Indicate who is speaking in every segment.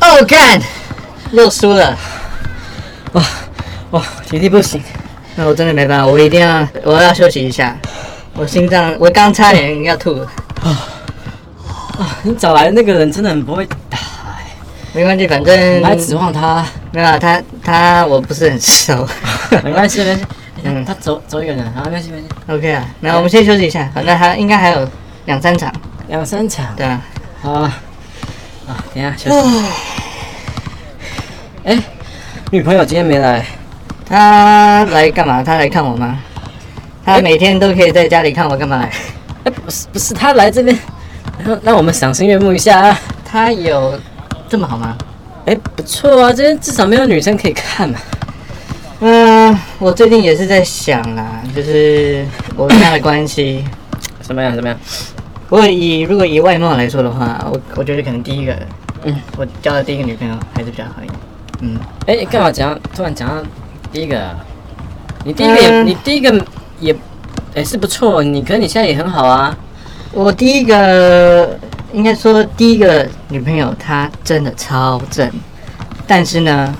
Speaker 1: 哦，干，又输了。哇、哇，体力不行，那我真的没办法，我一定要，我要休息一下。我心脏，我刚差点要吐 了，
Speaker 2: 你 找来的那个人真的很不会，
Speaker 1: 没关系，反
Speaker 2: 你
Speaker 1: 正
Speaker 2: 还指望 他？
Speaker 1: 没有啊他，他我不是很 熟。
Speaker 2: 没关系，没关系。
Speaker 1: 嗯
Speaker 2: 他他走走远了，好，没关系，没关系。
Speaker 1: OK 啊，那我们先休息一下，反正还应该还有两三场，
Speaker 2: 两三场，
Speaker 1: 对啊。
Speaker 2: 好啊。啊，等一下休息。哎，女朋友今天没来，
Speaker 1: 他来干嘛？他来看我吗？他每天都可以在家里看我干嘛？
Speaker 2: 哎，不是不是，她来这边，让让我们赏心悦目一下啊。
Speaker 1: 他有这么好吗？
Speaker 2: 哎，不错啊，这边至少没有女生可以看嘛。
Speaker 1: 嗯、我最近也是在想啦，就是我跟他的关系。
Speaker 2: 怎么样？怎么样？
Speaker 1: 如果以如果以外貌来说的话，我我觉得可能第一个，
Speaker 2: 嗯，
Speaker 1: 我交的第一个女朋友还是比较好一点。嗯，
Speaker 2: 哎，干嘛讲？突然讲到第一个啊，你第一个也，
Speaker 1: 嗯
Speaker 2: 你第一个也，哎是不错，你可你现在也很好啊。
Speaker 1: 我第一个应该说第一个女朋友她真的超正，但是呢，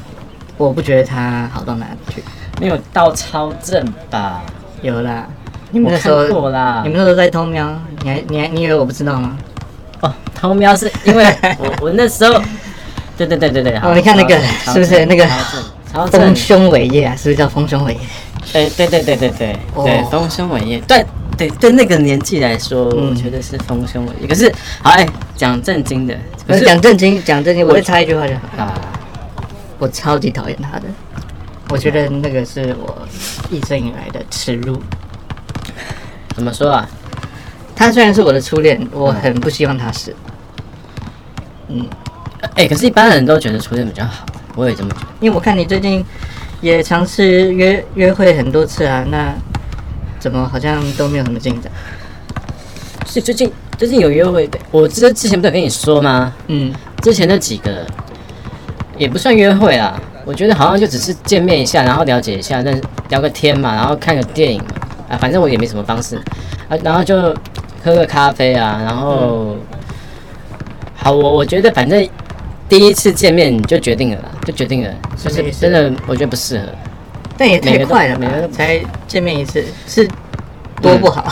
Speaker 1: 我不觉得她好到哪里去。
Speaker 2: 没有到超正吧？
Speaker 1: 有啦，啊你
Speaker 2: 我
Speaker 1: 们那时
Speaker 2: 看
Speaker 1: 候
Speaker 2: 过啦。
Speaker 1: 你们那时候在偷瞄，你还你还你以为我不知道吗？
Speaker 2: 哦，偷瞄是因为 我我那时候，对对对对对。好
Speaker 1: 哦你看那个
Speaker 2: 超
Speaker 1: 是不是
Speaker 2: 正
Speaker 1: 那个
Speaker 2: 超正？
Speaker 1: 丰
Speaker 2: 超正。
Speaker 1: 胸伟业啊，是不是叫丰胸伟业？
Speaker 2: 对对对对对对
Speaker 1: 哦
Speaker 2: 对，丰胸伟业，对对对，那个年纪来说，
Speaker 1: 嗯
Speaker 2: 我觉得是丰胸伟业。可是，好哎，讲正经的，
Speaker 1: 我
Speaker 2: 可是
Speaker 1: 讲正经，讲正经，
Speaker 2: 我
Speaker 1: 我再插一句话就好。
Speaker 2: 啊，
Speaker 1: 我超级讨厌他的，我觉得那个是我一生以来的耻辱。
Speaker 2: 怎么说啊？
Speaker 1: 他虽然是我的初恋，我很不希望他是。
Speaker 2: 哎，可是一般人都觉得初恋比较好，我也这么觉得。
Speaker 1: 因为我看你最近也尝试约约会很多次啊，那怎么好像都没有什么进展？
Speaker 2: 是最近最近有约会的，我之之前不是有跟你说吗？
Speaker 1: 嗯，
Speaker 2: 之前那几个也不算约会啦，我觉得好像就只是见面一下，然后了解一下，那聊个天嘛，然后看个电影嘛，啊，反正我也没什么方式，啊，然后就喝个咖啡啊，然后，好，我我觉得反正第一次见面你就决定了啦，就决定了，就
Speaker 1: 什么意
Speaker 2: 是
Speaker 1: 思
Speaker 2: 真的我觉得不适合，
Speaker 1: 但也
Speaker 2: 每
Speaker 1: 太
Speaker 2: 个都
Speaker 1: 快了吧
Speaker 2: 每个都，
Speaker 1: 才见面一次，是多不好。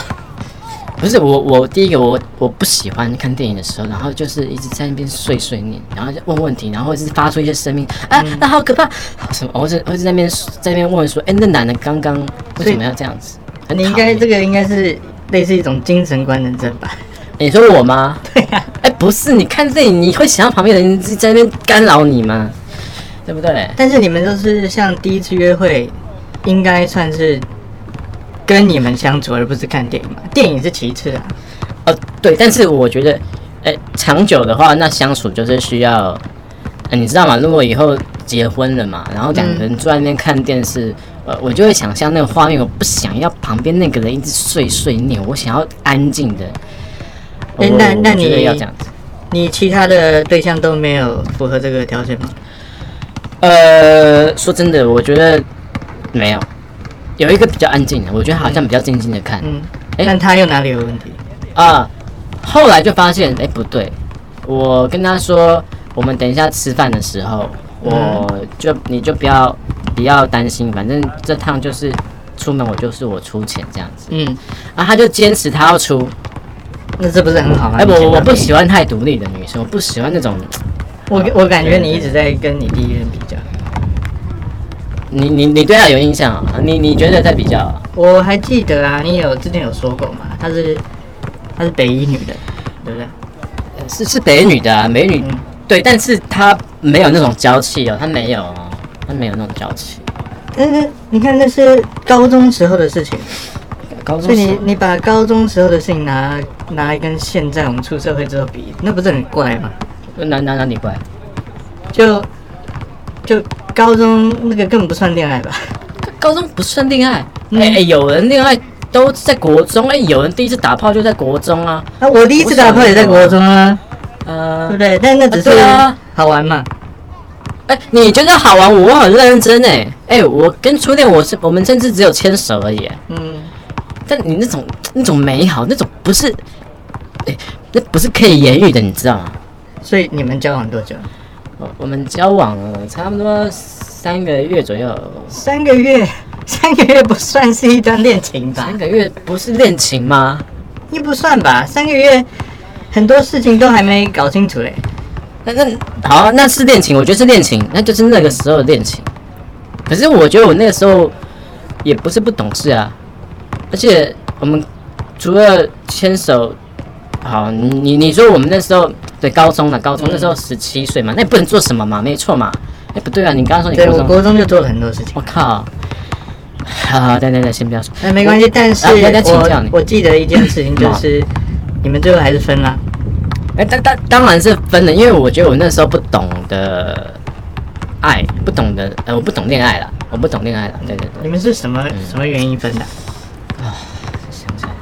Speaker 2: 不是我我第一个我我不喜欢看电影的时候，然后就是一直在那边碎碎念，然后就问问题，然后或者是发出一些声音啊，那、好可怕什么，或者或者在那边在那边问说，哎、那男的刚刚为什么要这样子？很
Speaker 1: 你应
Speaker 2: 讨
Speaker 1: 该
Speaker 2: 厌
Speaker 1: 这个应该是类似一种精神官能症 吧？
Speaker 2: 你说我吗？
Speaker 1: 对啊呀、
Speaker 2: 哎、不是，你看电影你会想要旁边的人在那边干扰你吗？对不对？
Speaker 1: 但是你们都是像第一次约会，应该算是跟你们相处，而不是看电影嘛。电影是其次啊。
Speaker 2: 哦，对，但是我觉得，哎、长久的话，那相处就是需要，呃你知道吗？如果以后结婚了嘛，然后两个人坐在那边看电视，呃，我就会想象那个画面，我不想要旁边那个人一直碎碎念，我想要安静的。
Speaker 1: 哎
Speaker 2: 我
Speaker 1: 那
Speaker 2: 我
Speaker 1: 那
Speaker 2: 我觉得
Speaker 1: 你
Speaker 2: 要这样子？
Speaker 1: 你其他的对象都没有符合这个条件吗？
Speaker 2: 呃，说真的，我觉得没有，有一个比较安静的，我觉得好像比较静静的看。
Speaker 1: 嗯，
Speaker 2: 哎
Speaker 1: 那他又哪里有问题？
Speaker 2: 啊，后来就发现，哎、不对，我跟他说，我们等一下吃饭的时候，
Speaker 1: 嗯
Speaker 2: 我就你就不要不要担心，反正这趟就是出门我就是我出钱这样子。
Speaker 1: 嗯，
Speaker 2: 然后他就坚持他要出，
Speaker 1: 那这不是很好吗？
Speaker 2: 哎、
Speaker 1: 你
Speaker 2: 我我
Speaker 1: 前
Speaker 2: 不
Speaker 1: 段时
Speaker 2: 喜欢太独立的女生，我不喜欢那种，
Speaker 1: 间
Speaker 2: 哦
Speaker 1: 我我感觉你一直在跟你第一任比较。
Speaker 2: 你你你对她有印象啊？你你觉得在比较啊？
Speaker 1: 我还记得啊，你有之前有说过嘛，她是她是北一女的，对不对？
Speaker 2: 是是北女的、啊，美女，
Speaker 1: 嗯
Speaker 2: 对，但是她没有那种娇气哦，她没有哦，她没有那种娇气。嗯
Speaker 1: 但是你看，那是高中时候的事情，
Speaker 2: 高中
Speaker 1: 所以
Speaker 2: 时
Speaker 1: 你你把高中时候的事情拿拿来跟现在我们出社会之后比，那不是很怪吗？
Speaker 2: 候哪哪哪里怪？
Speaker 1: 就就高中那个根本不算恋爱吧？
Speaker 2: 高中不算恋爱，哎、
Speaker 1: 嗯
Speaker 2: 哎有人恋爱都在国中，哎、有人第一次打炮就在国中啊，
Speaker 1: 啊，我第一次打炮也在国中啊，对
Speaker 2: 呃
Speaker 1: 不，对？但那只是
Speaker 2: 啊对啊
Speaker 1: 好玩嘛。
Speaker 2: 哎、你觉得好玩，我很认真哎、哎、我跟初恋我是我们甚至只有牵手而已、哎
Speaker 1: 嗯，
Speaker 2: 但你那种那种美好，那种不是，哎、那不是可以言喻的，你知道吗？
Speaker 1: 所以你们交往多久？
Speaker 2: 我我们交往了差不多三个月左右，
Speaker 1: 三个月， 三个月不算是一段恋情吧
Speaker 2: 三？个月不是恋情吗？
Speaker 1: 也不算吧，三个月很多事情都还没搞清楚嘞。
Speaker 2: 那那好，那是恋情，我觉得是恋情，那就是那个时候的恋情。可是我觉得我那个时候也不是不懂事啊，而且我们除了牵手，好，你你你说我们那时候对高中的高中那时
Speaker 1: 嗯
Speaker 2: 候十七岁嘛，那也不能做什么嘛，没错嘛。哎，不对啊，你刚刚说你
Speaker 1: 对
Speaker 2: 高
Speaker 1: 我
Speaker 2: 中，
Speaker 1: 国中就做了很多事情，
Speaker 2: 我靠！好，等等等，先不要说，
Speaker 1: 那哎没关系。但是
Speaker 2: 啊人家请教
Speaker 1: 我
Speaker 2: 你嗯
Speaker 1: 我记得一件事情就是，你们最后还是分了。
Speaker 2: 哎，当当当然是分的，因为我觉得我那时候不懂得爱，不懂得，呃，我不懂恋爱了，我不懂恋爱了，对对
Speaker 1: 你
Speaker 2: 对。
Speaker 1: 们是什么
Speaker 2: 嗯
Speaker 1: 什么原因分的？啊
Speaker 2: 想起来了，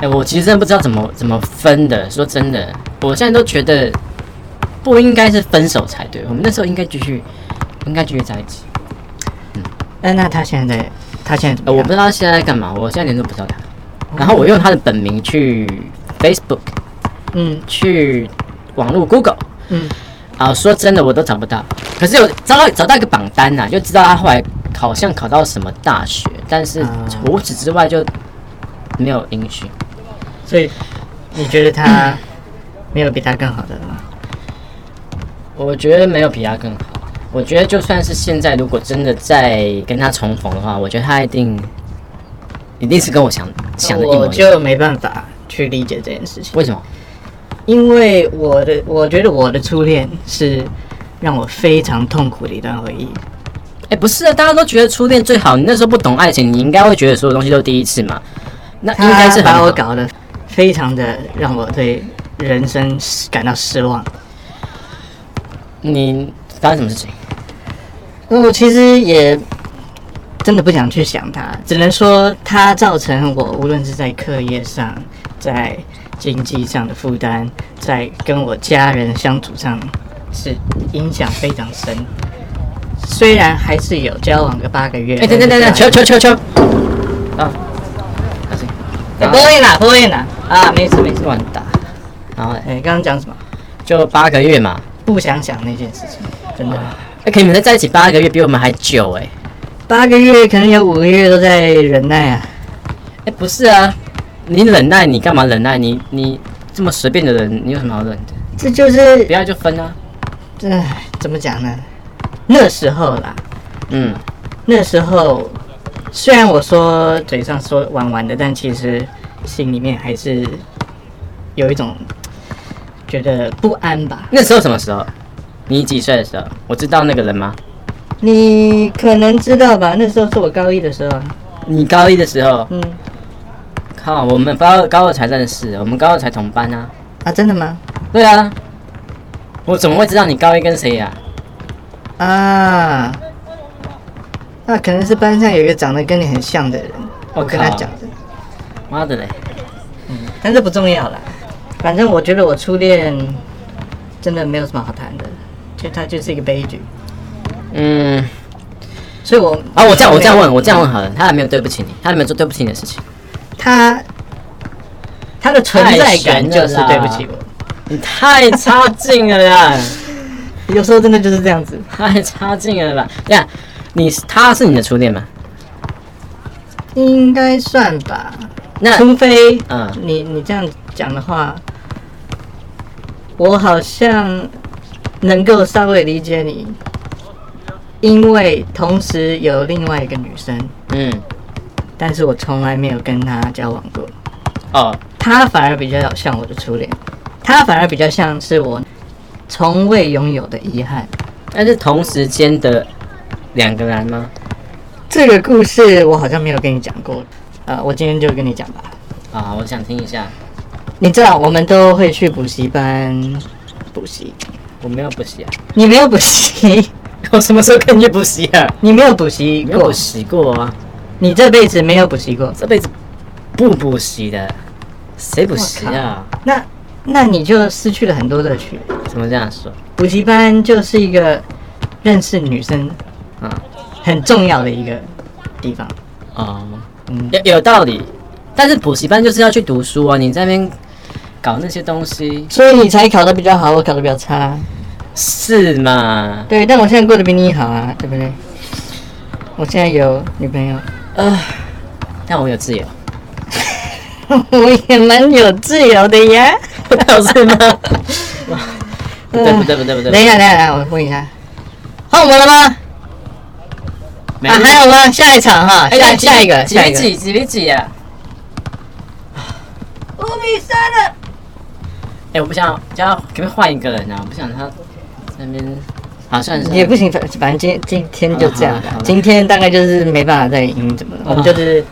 Speaker 2: 哎，我其实真的不知道怎么怎么分的，说真的，我现在都觉得不应该是分手才对，我们那时候应该继续，应该继续在一起。
Speaker 1: 那那他现在他现在怎
Speaker 2: 呃，
Speaker 1: 么
Speaker 2: 我不
Speaker 1: 样？
Speaker 2: 知道他现在在干嘛，我现在连都不知道他。然后我用他的本名去 Facebook，
Speaker 1: 嗯
Speaker 2: 去网络 Google。
Speaker 1: 嗯，
Speaker 2: 啊，说真的，我都找不到。可是有找到找到一个榜单呐、啊就知道他后来好像考到什么大学，但是
Speaker 1: 啊
Speaker 2: 除此之外就没有音讯。
Speaker 1: 所以你觉得
Speaker 2: 嗯
Speaker 1: 他没有比他更好的了吗？
Speaker 2: 我觉得没有比他更好。我觉得就算是现在，如果真的再跟他重逢的话，我觉得他一定一定是跟我想想的一模
Speaker 1: 我
Speaker 2: 一样。
Speaker 1: 就没办法去理解这件事情。
Speaker 2: 为什么？
Speaker 1: 因为我的，我觉得我的初恋是让我非常痛苦的一段回忆。
Speaker 2: 哎、不是啊，大家都觉得初恋最好。你那时候不懂爱情，你应该会觉得所有东西都第一次嘛。那应该
Speaker 1: 他
Speaker 2: 是很
Speaker 1: 把
Speaker 2: 好
Speaker 1: 我搞得非常的让我对人生感到失望。
Speaker 2: 你发生什么事情？
Speaker 1: 嗯我其实也真的不想去想它，只能说它造成我无论是在课业上，在经济上的负担，在跟我家人相处上是影响非常深。虽然还是有交往个八个月，
Speaker 2: 哎、等等等等，球球球球！啊，小心！
Speaker 1: 哎不会啦，不会啦，啊，没事没事。
Speaker 2: 乱打。然后嘞
Speaker 1: 哎、刚刚讲什么？
Speaker 2: 就八个月嘛，
Speaker 1: 不想想那件事情，真的。
Speaker 2: 哎、可以你们在一起八个月，比我们还久哎、
Speaker 1: 八个月可能有五个月都在忍耐啊，
Speaker 2: 哎、不是啊，你忍耐，你干嘛忍耐？你你这么随便的人，你有什么好忍的？
Speaker 1: 这就是
Speaker 2: 不要就分啊。
Speaker 1: 这怎么讲呢？那时候啦，
Speaker 2: 嗯，
Speaker 1: 那时候虽然我说嘴上说玩玩的，但其实心里面还是有一种觉得不安吧。
Speaker 2: 那时候什么时候？你几岁的时候？我知道那个人吗？
Speaker 1: 你可能知道吧？那时候是我高一的时候啊，
Speaker 2: 你高一的时候，
Speaker 1: 嗯
Speaker 2: 靠，我们高二高二才认识，我们高二才同班啊。
Speaker 1: 啊，真的吗？
Speaker 2: 对啊，我怎么会知道你高一跟谁呀、
Speaker 1: 啊，那可能是班上有一个长得跟你很像的人，
Speaker 2: 我
Speaker 1: 我跟他
Speaker 2: 靠
Speaker 1: 讲的，
Speaker 2: 妈的嘞！
Speaker 1: 但这不重要啦。反正我觉得我初恋真的没有什么好谈的，就它就是一个悲剧，
Speaker 2: 嗯。
Speaker 1: 所以我
Speaker 2: 啊，我这样我这样问，我这样问好了，他有没有对不起你？他有没有做对不起你的事情？
Speaker 1: 他他的存在感就是对不起我，
Speaker 2: 你太差劲了 啦，
Speaker 1: 有时候真的就是这样子。
Speaker 2: 太差劲了啦！这样，你他是你的初恋吗？
Speaker 1: 应该算吧，
Speaker 2: 那
Speaker 1: 除非
Speaker 2: 嗯
Speaker 1: 你你这样讲的话，我好像能够稍微理解你，因为同时有另外一个女生，
Speaker 2: 嗯
Speaker 1: 但是我从来没有跟她交往过，
Speaker 2: 哦
Speaker 1: 她反而比较像我的初恋，她反而比较像是我从未拥有的遗憾。
Speaker 2: 那是同时间的两个人吗？
Speaker 1: 这个故事我好像没有跟你讲过，呃，我今天就跟你讲吧。
Speaker 2: 啊、我想听一下。
Speaker 1: 你知道我们都会去补习班补习，
Speaker 2: 我没有补习啊，
Speaker 1: 你没有补习，
Speaker 2: 我什么时候跟你去补习啊？
Speaker 1: 你没有补习
Speaker 2: 没有
Speaker 1: 过
Speaker 2: 补，习过啊，
Speaker 1: 你这辈子没有补习过。
Speaker 2: 这辈子不补习的，谁补习啊？
Speaker 1: 那那你就失去了很多乐趣。
Speaker 2: 怎么这样说？
Speaker 1: 补习班就是一个认识女生
Speaker 2: 啊、
Speaker 1: 很重要的一个地方。
Speaker 2: 哦，
Speaker 1: 嗯
Speaker 2: 有有道理，但是补习班就是要去读书啊，你在那边搞那些东西，
Speaker 1: 所以你才考得比较好，我考得比较差。
Speaker 2: 是嘛？
Speaker 1: 对，但我现在过得比你好啊，对不对？我现在有女朋友，
Speaker 2: 呃，但我有自由，
Speaker 1: 我也蛮有自由的呀。
Speaker 2: 不是 吗？不 对不对不对不对，
Speaker 1: 嗯等一下，等一下，等一下我问一下，换我们了吗？
Speaker 2: 没
Speaker 1: 啊，
Speaker 2: 有
Speaker 1: 还有吗？下一场哈，
Speaker 2: 哎
Speaker 1: 下
Speaker 2: 几
Speaker 1: 下一个，
Speaker 2: 几
Speaker 1: 下
Speaker 2: 比
Speaker 1: 一个，
Speaker 2: 几？几比几啊？
Speaker 1: 五比三了。
Speaker 2: 哎，我不想，要可不可以换一个人啊？我不想他在那边，好算了算了，
Speaker 1: 嗯也不行，反反正今今天就这样
Speaker 2: 好了好了好了
Speaker 1: 今天大概就是没办法再赢，怎么了？我们就是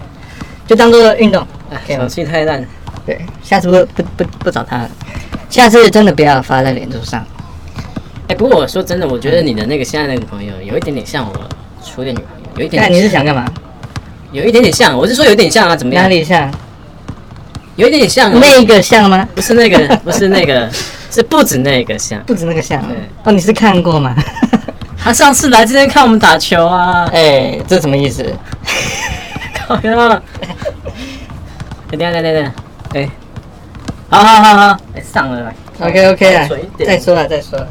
Speaker 1: 就当做运动，
Speaker 2: 哎
Speaker 1: 给
Speaker 2: 手
Speaker 1: 我
Speaker 2: 气太烂。
Speaker 1: 对，下次不不不不找他了，下次真的不要发在脸书上。
Speaker 2: 哎，不过我说真的，我觉得你的那个现在那个朋友有一点点像我初恋女朋友，有一点
Speaker 1: 那
Speaker 2: 点
Speaker 1: 哎你是想干嘛？
Speaker 2: 有一点点像，我是说有点像啊，怎么
Speaker 1: 哪
Speaker 2: 样？
Speaker 1: 里像？
Speaker 2: 有一点点像啊，
Speaker 1: 那个像吗？
Speaker 2: 不是那个，不是那个，是不止那个像。
Speaker 1: 不止那个像
Speaker 2: 对
Speaker 1: 哦，你是看过吗？
Speaker 2: 他上次来这边看我们打球啊，
Speaker 1: 哎， 这什么意思？
Speaker 2: 靠呀！等一下等一下等一下，哎，好好好好，哎上了来。
Speaker 1: OK OK 啊
Speaker 2: 准一，点
Speaker 1: 再说了再说了。